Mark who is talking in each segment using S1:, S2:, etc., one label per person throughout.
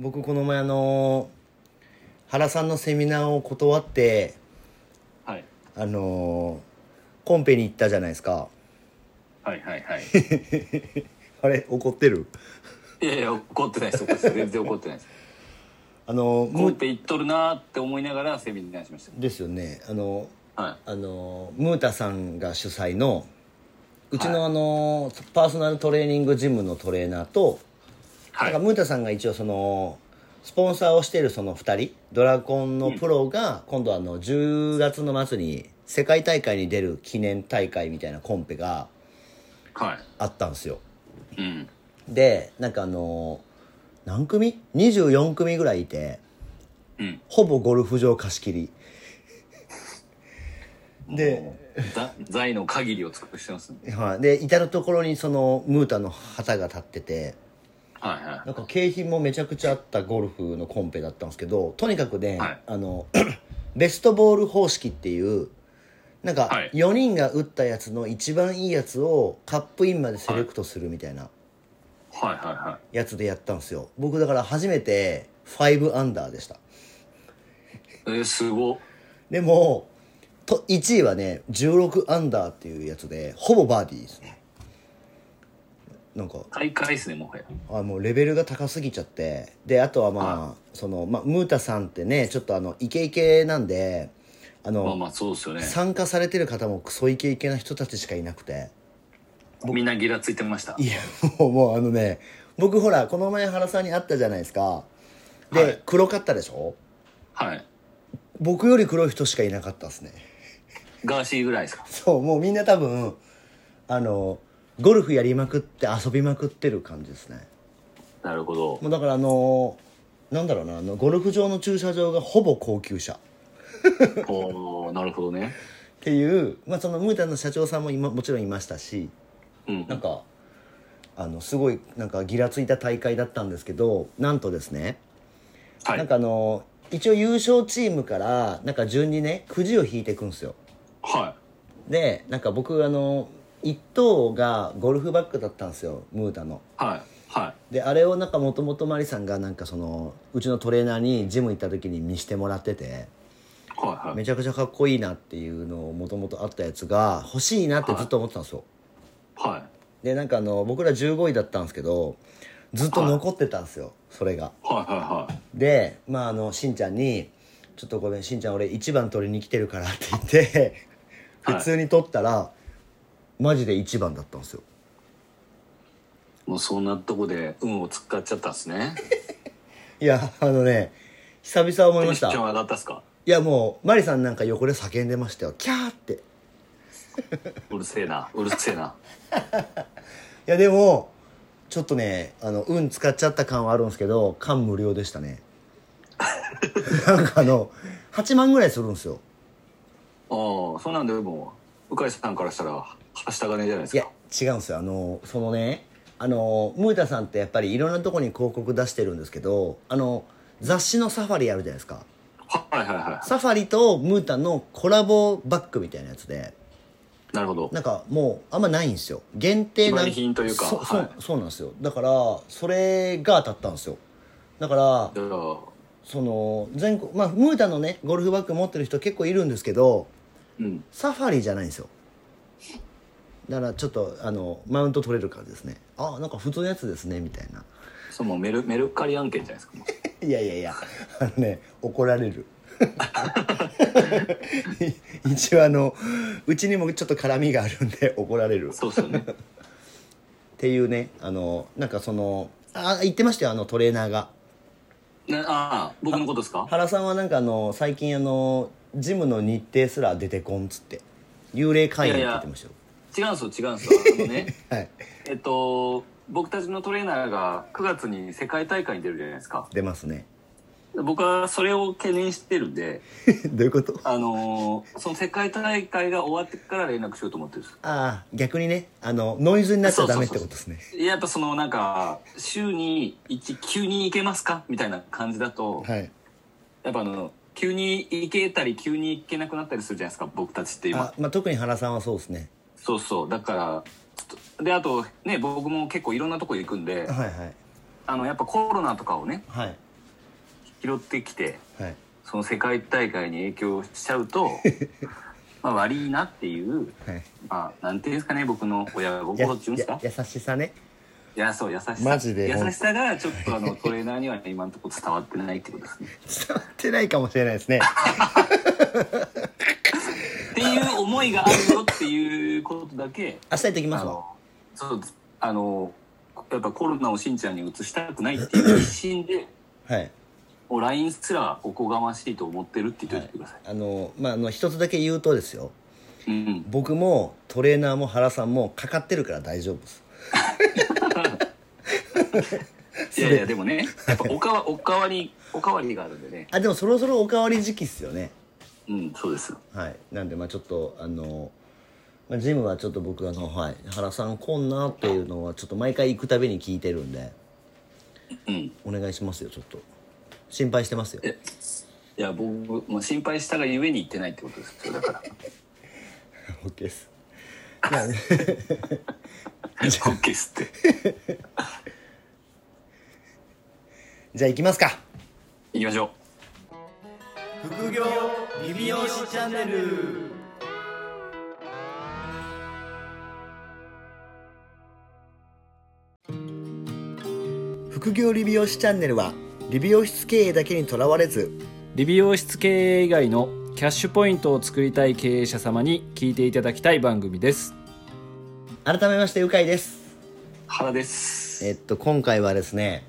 S1: 僕この前あの原さんのセミナーを断って
S2: はい
S1: あのコンペに行ったじゃないですか
S2: はいはいはい
S1: あれ怒ってる
S2: いやいや怒ってないです怒ってないです全然怒って ないです
S1: あの
S2: コ
S1: ム
S2: ンペ言っとるなーって思いながらセミナーしまし
S1: ですよねあの
S2: たはい
S1: あのムータさんが主催のうち
S2: は
S1: のあの、パーソナルトレーニングジムのトレーナーと、
S2: は
S1: なん
S2: い
S1: かムータさんが一応そのスポンサーをしているその2人ドラコンのプロが今度あの10月の末に世界大会に出る記念大会みたいなコンペが
S2: は
S1: あったんですよ
S2: いうん
S1: でなんかあの何組 ?24 組ぐらいいて
S2: うん
S1: ほぼゴルフ場貸し切りで
S2: もうざ財の限りを尽くしてますんで
S1: はい、で至る所にそのムータの旗が立ってて
S2: はいは
S1: なんか景品もめちゃくちゃあったゴルフのコンペだったんですけどとにかくね、
S2: はい
S1: あの ベストボール方式っていうなんか
S2: はい
S1: 4人が打ったやつの一番いいやつをカップインまでセレクトするみたいない
S2: はいはいは
S1: やつでやったんですよ僕だから初めて5アンダーでした
S2: いえーすご
S1: でもと1位はね16アンダーっていうやつでほぼバーディーですねなんか
S2: 大会ですねもはや
S1: あもうレベルが高すぎちゃってであとはまあ、その、まあ、ムータさんってねちょっとあのイケイケなんであの、
S2: まあまあそうですよね
S1: 参加されてる方もクソイケイケな人たちしかいなくて
S2: みんなギラついてました
S1: いやもうもうあのね僕ほらこの前原さんに会ったじゃないですかで、
S2: はい
S1: 黒かったでしょ
S2: はい
S1: 僕より黒い人しかいなかったですね
S2: ガーシーぐらいですか
S1: そうもうみんな多分あのゴルフやりまくって遊びまくってる感じですね
S2: なるほど
S1: もうだからあのなんだろうなあのゴルフ場の駐車場がほぼ高級車
S2: おーなるほどね
S1: っていう、まあ、そのムータンの社長さんも今もちろんいましたし
S2: うん
S1: なんかあのすごいなんかギラついた大会だったんですけどなんとですね、
S2: は
S1: なん
S2: い
S1: かあの一応優勝チームからなんか順にねくじを引いていくんですよ
S2: は
S1: でなんか僕あの一等がゴルフバッグだったんですよムータの
S2: いはいは
S1: であれをなんかもともとマリさんがなんかそのうちのトレーナーにジム行った時に見してもらってて
S2: いはいはい
S1: めちゃくちゃかっこいいなっていうのをもともとあったやつが欲しいなってずっと思ってたんですよ、
S2: はい
S1: でなんかあの僕ら15位だったんですけどずっと残ってたんですよ、それが
S2: はいはいはい
S1: でまああのしんちゃんに「ちょっとごめんしんちゃん俺1番取りに来てるから」って言って
S2: はい
S1: 普通に取ったら、マジで1番だったんですよ
S2: もうそんなとこで運を使っちゃったんですね。
S1: いやあのね久々思いまし
S2: テンション
S1: た
S2: 上がったっすか。
S1: いやもうマリさんなんか横で叫んでましたよキャーっていう
S2: るせえな、うるせえな。
S1: やでもちょっとねあの運使っちゃった感はあるんですけど感無量でしたねなんかあの8万ぐらいするんですよ
S2: ああ、そうなんでもう、鵜飼さんからしたら、はしたがねえじゃないです
S1: いや
S2: か。
S1: 違うんですよあのそのねあのムータさんってやっぱりいろんなとこに広告出してるんですけどあの雑誌の「サファリ」あるじゃないですか
S2: はいはいは
S1: サファリとムータのコラボバッグみたいなやつで
S2: い。なるほど。
S1: なんかもうあんまないんですよ限定な
S2: 非売品というか
S1: そそ
S2: はいう
S1: そうなんですよだからそれが当たったんですよだから
S2: じゃあ、
S1: その全国まあムータのねゴルフバッグ持ってる人結構いるんですけど
S2: うん。
S1: サファリじゃないんですよだからちょっとあのマウント取れる感じですねあなんか普通のやつですねみたいな
S2: そのメル、メルカリ案件じゃないですか。もう
S1: いやいやいやあのね怒られる 一応あのうちにもちょっと絡みがあるんで怒られるっ
S2: そうっすよね。
S1: ていうねあのなんかそのあ言ってましたよあのトレーナーが
S2: ね、ああ、僕のことですか。
S1: 原さんはなんかあの最近あのジムの日程すら出てこんっつって幽霊会員って言ってましたよ
S2: 違うんすよ、違うんすよ。あのね、
S1: はい
S2: えっと、僕たちのトレーナーが9月に世界大会に出るじゃないですか。
S1: 出ますね
S2: 僕はそれを懸念してるんで、
S1: どういうこと
S2: あのーその世界大会が終わってから連絡しようと思ってるんです。
S1: ああ逆にねあのノイズになっちゃダメってことですね
S2: やっぱそのなんか週に1急に行けますかみたいな感じだと、
S1: はい
S2: やっぱあの急に行けたり急に行けなくなったりするじゃないですか僕たちって今
S1: あ、まあ、特に原さんはそうですね
S2: そうそうだからちょっとであとね僕も結構いろんなとこ行くんで
S1: はいはい
S2: あのやっぱコロナとかをね
S1: はい
S2: 拾ってきて
S1: はい
S2: その世界大会に影響しちゃう とまあ悪いなっていう
S1: はい
S2: まあなんていうんですかね僕の親心っていうんですか
S1: や優しさね
S2: いやそう優しさ
S1: マジで
S2: 優しさがちょっとあのトレーナーには今のところ伝わってないってことですね。
S1: 伝わってないかもしれないです ね
S2: っていう思いがあるよっていうことだけ
S1: 明日行ってきま
S2: あ
S1: すわ
S2: のそうあのやっぱコロナをしんちゃんに移したくないっていう一心で
S1: はい
S2: もう LINE すらおこがましいと思ってるって言っといてください。
S1: あのまああの一つだけ言うとですよ
S2: うん、
S1: 僕もトレーナーも原さんもかかってるから大丈夫です
S2: いやいやでもねやっぱおかわおかわりおかわりがあるんでね
S1: あでもそろそろおかわり時期っすよね
S2: うんそうです
S1: はいなんでまあちょっとあのまあジムはちょっと僕あの、はい、原さん来んなっていうのはちょっと毎回行くたびに聞いてるんで
S2: うんい
S1: お願いしますよちょっと心配してますよ
S2: や僕もう心配したがゆえに行ってないってことですよだから
S1: OK です
S2: オッケーっすって
S1: じゃあ行きますか
S2: 行きましょう
S1: 副業リビオシチャンネル副業理美容師チャンネルは理美容室経営だけにとらわれず
S3: 理美容室経営以外のキャッシュポイントを作りたい経営者様に聞いていただきたい番組です
S1: 改めましてうかいです
S2: 原です
S1: えっと今回はですね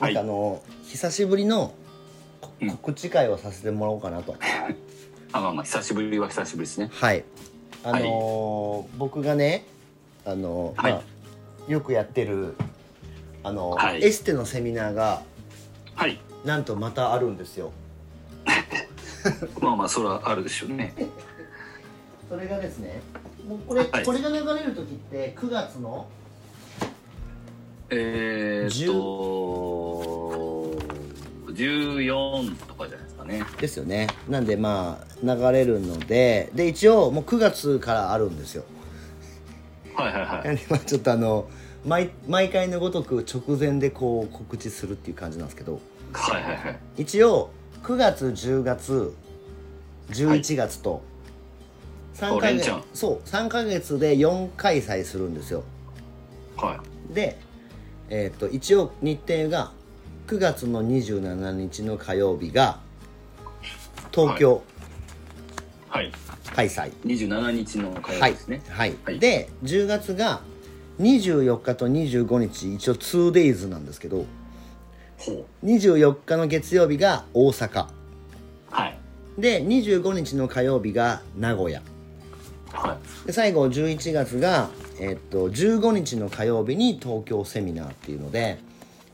S1: な
S2: は
S1: ん
S2: い
S1: かあの、久しぶりのこ
S2: うん
S1: 告知会をさせてもらおうかなと
S2: あまあまあ久しぶりは久しぶりですね
S1: はいあのー僕がねあのーま
S2: は
S1: あ、よくやってるあのー、
S2: はい
S1: エステのセミナーが
S2: はい
S1: なんとまたあるんですよ
S2: まあまあそれはあるでしょうね
S1: それがですねもうこれ、
S2: はい
S1: これが流れる時って9月の
S2: えー、っと14とかじゃないですかね
S1: ですよねなんでまあ流れるのでで一応もう9月からあるんですよ
S2: はいはいは
S1: なんでまあ ちょっとあの毎毎回のごとく直前でこう告知するっていう感じなんですけど
S2: はいはいはい
S1: 一応9月10月11月と、3
S2: あ
S1: ヶ
S2: 連チ
S1: 月
S2: ャン
S1: そう3ヶ月で4開催するんですよ
S2: は
S1: で、えっと一応日程が9月の27日の火曜日が東京
S2: いはい
S1: 開催
S2: 27日の火曜
S1: は
S2: 日
S1: い
S2: ですね、
S1: はい、
S2: はい
S1: で10月が24日と25日一応 2days なんですけど
S2: ほ
S1: 24日の月曜日が大阪
S2: うはい
S1: で25日の火曜日が名古屋
S2: はい
S1: で最後11月が、えっと15日の火曜日に東京セミナーっていうので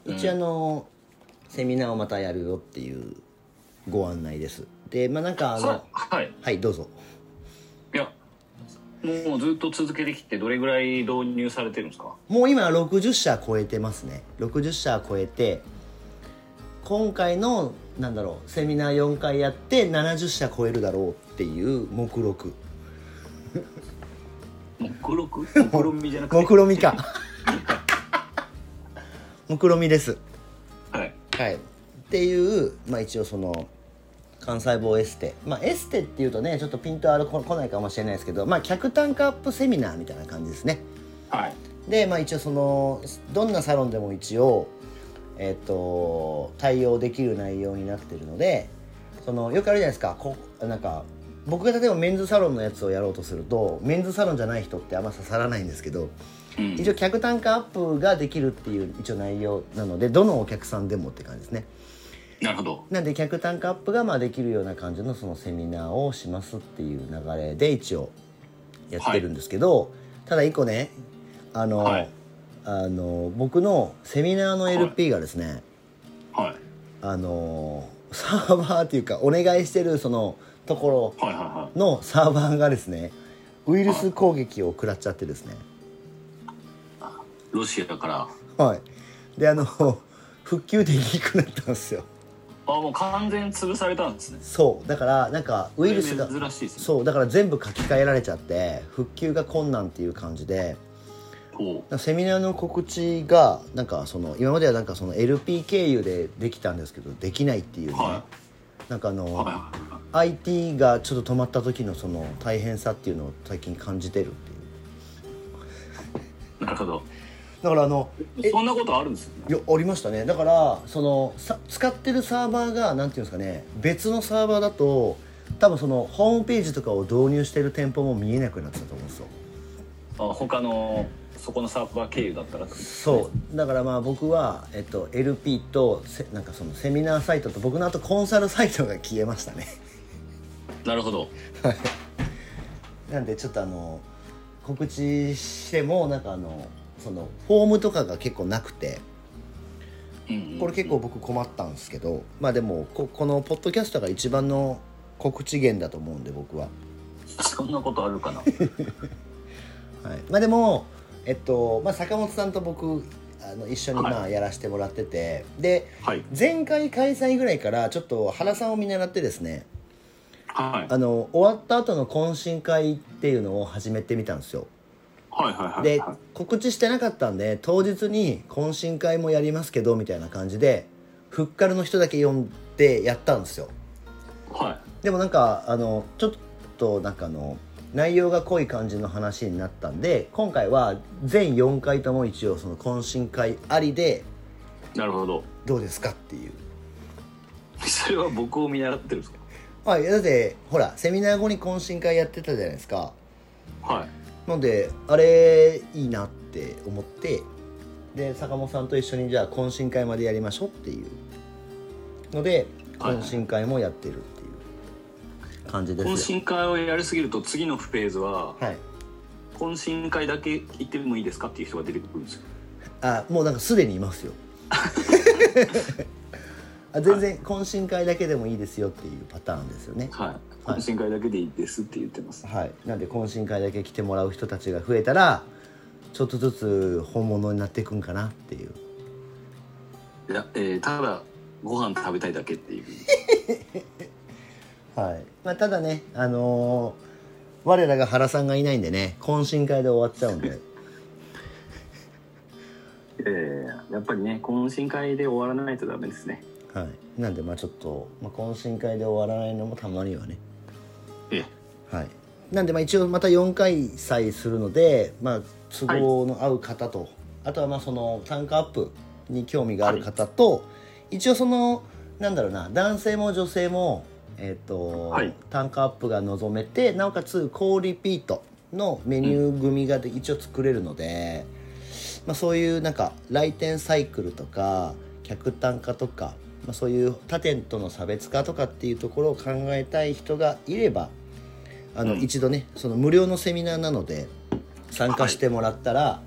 S1: 一応あの、セミナーをまたやるよっていうご案内ですでまあなんかあ
S2: そ
S1: の
S2: うはい
S1: はいどうぞ
S2: いやもうずっと続けてきてどれぐらい導入されてるんですか
S1: もう今60社超えてますね60社超えて今回のなんだろうセミナー4回やって70社超えるだろうっていう目録
S2: 目 録目論見じゃなくて
S1: 目論みか 目論みです
S2: はい
S1: はい、っていう、まあ、一応その幹細胞エステ、まあ、エステっていうとねちょっとピントあるこ来ないかもしれないですけど、まあ、客単価アップセミナーみたいな感じですね
S2: はい
S1: で、まあ、一応そのどんなサロンでも一応、えっと対応できる内容になってるのでそのよくあるじゃないですかこなんか僕が例えばメンズサロンのやつをやろうとするとメンズサロンじゃない人ってあんま刺さらないんですけど
S2: うん
S1: 一応客単価アップができるっていう一応内容なのでどのお客さんでもって感じですね
S2: なるほど
S1: なんで客単価アップがまあできるような感じのそのセミナーをしますっていう流れで一応やってるんですけど、ただ一個ねあの、
S2: はい
S1: あの僕のセミナーの LP がですね、
S2: はい
S1: あのサーバーっていうかお願いしてるそのとこ
S2: はいはいは
S1: ろのサーバーがですねウイルス攻撃を食らっちゃってですね
S2: いロシアから
S1: はいであの復旧できなくなったんですよ
S2: あもう完全潰されたんですね
S1: そうだからなんかウイルスが
S2: 珍しいですね
S1: そうだから全部書き換えられちゃって復旧が困難っていう感じで
S2: おう
S1: なんかセミナーの告知がなんかその今まではなんかその LP 経由でできたんですけどできないっていうね、
S2: は
S1: なんかあの、
S2: いはいはいはい
S1: IT がちょっと止まった時のその大変さっていうのを最近感じてるっていう
S2: なるほど。
S1: だからあのえ
S2: そんなことあるんですよね。
S1: いやありましたねだからそのさ使ってるサーバーがなんていうんですかね別のサーバーだと多分そのホームページとかを導入してる店舗も見えなくなってたと思うんですよ
S2: あ他のそこのサーバー経由だったら。
S1: そうだからまあ僕は、えっと、LP とせなんかそのセミナーサイトと僕のあとコンサルサイトが消えましたね
S2: なるほど。
S1: なんでちょっとあの告知してもなんかあのそのフォームとかが結構なくて
S2: うん
S1: これ結構僕困ったんですけどまあでもここのポッドキャストが一番の告知源だと思うんで僕は
S2: そんなことあるかな。
S1: はい、まあでも、えっとまあ、坂本さんと僕あの一緒に
S2: はい
S1: まあやらせてもらってて、で
S2: はい
S1: 前回開催ぐらいからちょっと原さんを見習ってですね
S2: はい
S1: あの終わった後の懇親会っていうのを始めてみたんですよ
S2: はいはいはい
S1: で
S2: はい。
S1: 告知してなかったんで当日に懇親会もやりますけどみたいな感じでふっかるの人だけ呼んでやったんですよ
S2: は
S1: でもなんかあのちょっとなんかあの内容が濃い感じの話になったんで今回は全4回とも一応その懇親会ありで
S2: い。なるほど。
S1: どうですかっていう
S2: それは僕を見習ってるんですか。
S1: あいやだってほらセミナー後に懇親会やってたじゃないですか
S2: はい。
S1: なんであれいいなって思ってで坂本さんと一緒にじゃあ懇親会までやりましょうっていうので
S2: はいは
S1: 懇親
S2: い
S1: 会もやってるっていう感じですよ
S2: 懇親会をやりすぎると次のフェーズは
S1: はい
S2: 懇親会だけ行ってもいいですかっていう人が出てくるんですよ。
S1: あもうなんかすでにい ますよあ全然懇親会だけでもいいですよっていうパターンですよね
S2: はい。
S1: はい
S2: 懇親会だけでいいですって言ってます。
S1: はいなんで懇親会だけ来てもらう人たちが増えたらちょっとずつ本物になっていくんかなっていう
S2: いや、えーただご飯食べたいだけって いう。
S1: はいまあただねあのー我らが原さんがいないんでね懇親会で終わっちゃうん で
S2: えーやっぱりね懇親会で終わらないとダメですね。
S1: はいなんでまあちょっと、まあ、懇親会で終わらないのもたまにはね
S2: ええ
S1: はい、なんでまあ一応また4開催するので、まあ、都合の合う方と、あとはまあその単価アップに興味がある方と、一応そのなんだろうな男性も女性も、えっと
S2: はい
S1: 単価アップが望めてなおかつ高リピートのメニュー組がで一応作れるので、まあ、そういうなんか来店サイクルとか客単価とか、まあ、そういう他店との差別化とかっていうところを考えたい人がいればあの、
S2: うん
S1: 一度ねその無料のセミナーなので参加してもらったら、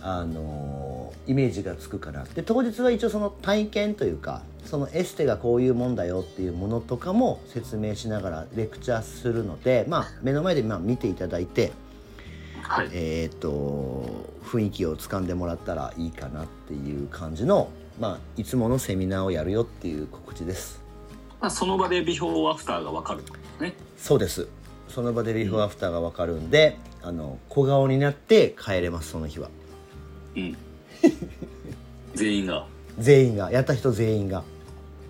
S1: あのーイメージがつくかなで当日は一応その体験というかそのエステがこういうもんだよっていうものとかも説明しながらレクチャーするので、まあ、目の前でまあ見ていただいて、
S2: はい。
S1: えー、と雰囲気をつかんでもらったらいいかなっていう感じの、まあ、いつものセミナーをやるよっていう告知です。
S2: まあ、その場でビフォーアフターがわかるね
S1: そうですその場でビフォーアフターが分かるんで、あの小顔になって帰れますその日は
S2: うん 全員が
S1: 全員がやった人全員が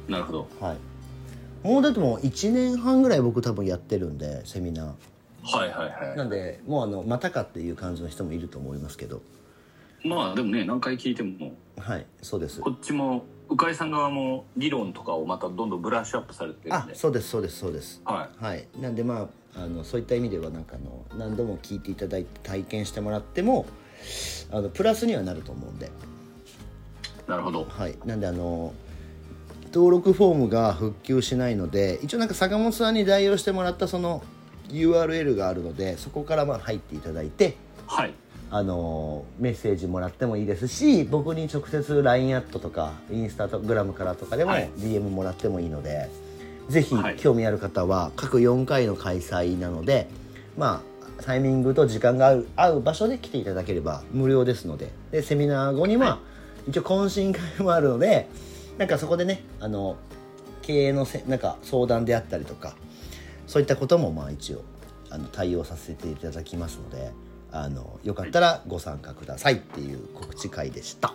S2: なるほど
S1: はいもうだってもう1年半ぐらい僕多分やってるんでセミナ
S2: はいはい
S1: ー
S2: は
S1: なんでもうあのまたかっていう感じの人もいると思いますけど
S2: いまあでもね何回聞いても
S1: はいそうです
S2: こっちも鵜飼さん側も理論とかをまたどんどんブラッシュアップされてるん
S1: あ
S2: で
S1: そうですそうですそうです
S2: は
S1: はいなんでまああのそういった意味ではなんかあの何度も聞いていただいて体験してもらってもあのプラスにはなると思うんで
S2: いなるほど
S1: はい、なんであの登録フォームが復旧しないので一応なんか坂本さんに代用してもらったその URL があるのでそこからまあ入っていただいて
S2: はい
S1: あのメッセージもらってもいいですし僕に直接 LINE アットとかインスタグラムからとかでも
S2: はい
S1: DM もらってもいいので、ぜひ
S2: はい
S1: 興味ある方は各4回の開催なのでまあタイミングと時間が合う合う場所で来ていただければ無料ですのででセミナー後には、一応懇親会もあるのでなんかそこでねあの経営のせなんか相談であったりとかそういったこともまあ一応あの対応させていただきますのであのよかったらご参加くださいっていう告知会でした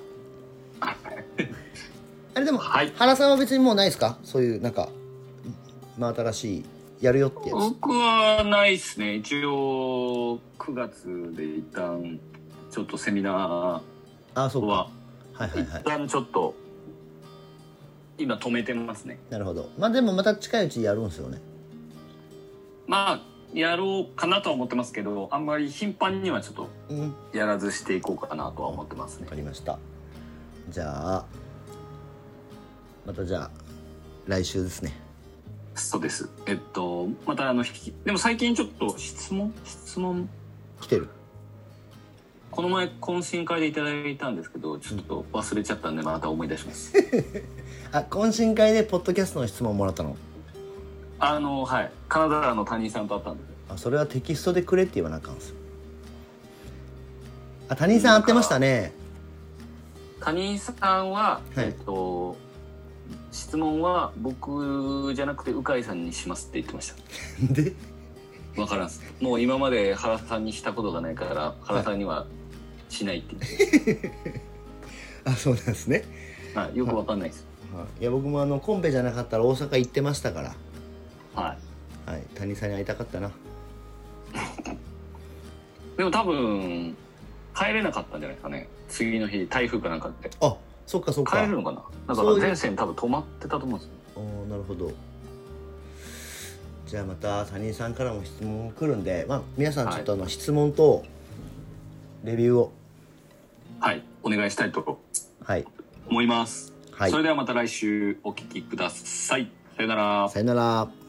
S1: あれでも、
S2: はい
S1: 原さんは別にもうないですかそういうなんか真新しいやるよってやつ
S2: 僕はないっすね一応9月で一旦ちょっとセミナ
S1: あそ
S2: ー
S1: うか
S2: は
S1: はいはい
S2: 一
S1: はい
S2: 旦ちょっと今止めてますね
S1: なるほどまあでもまた近いうちやるんですよね
S2: まあやろうかなとは思ってますけどあんまり頻繁にはちょっと
S1: うんわ
S2: やらずしていこうかなとは思ってますね
S1: かりましたじゃあまたじゃあ来週ですね
S2: そうですえっとまたあの引きでも最近ちょっと質問質問
S1: 来てる
S2: この前懇親会でいただいたんですけどちょっと忘れちゃったんでまた思い出します
S1: あ懇親会でポッドキャストの質問もらったの
S2: あのはい金沢の谷井さんと会ったんで
S1: あそれはテキストでくれって言わなあかんすよあ谷井さん会ってましたね
S2: 谷井さんは、
S1: はい
S2: えっと質問は僕じゃなくて鵜飼さんにしますって言ってまし
S1: で
S2: たわからんっすもう今まで原さんにしたことがないから原さんにはしないって言って
S1: あそうなんですね、
S2: ました、はい、よくわかんないです
S1: はい、いや僕もあのコンペじゃなかったら大阪行ってましたから
S2: はい
S1: はい谷井さんに会いたかったな
S2: でも多分帰れなかったんじゃないですかね次の日台風かなんかって
S1: あそっかそっか
S2: 帰れるのかなだか
S1: そういう
S2: ら前線多分止まってたと思うんですよ
S1: おーなるほどじゃあまた谷井さんからも質問来るんで、まあ、皆さんちょっとあの質問とレビューを
S2: はいお願いしたいと
S1: はい、
S2: 思います、
S1: はい
S2: それ、ではまた来週お聞きくださいさよなら
S1: さよなら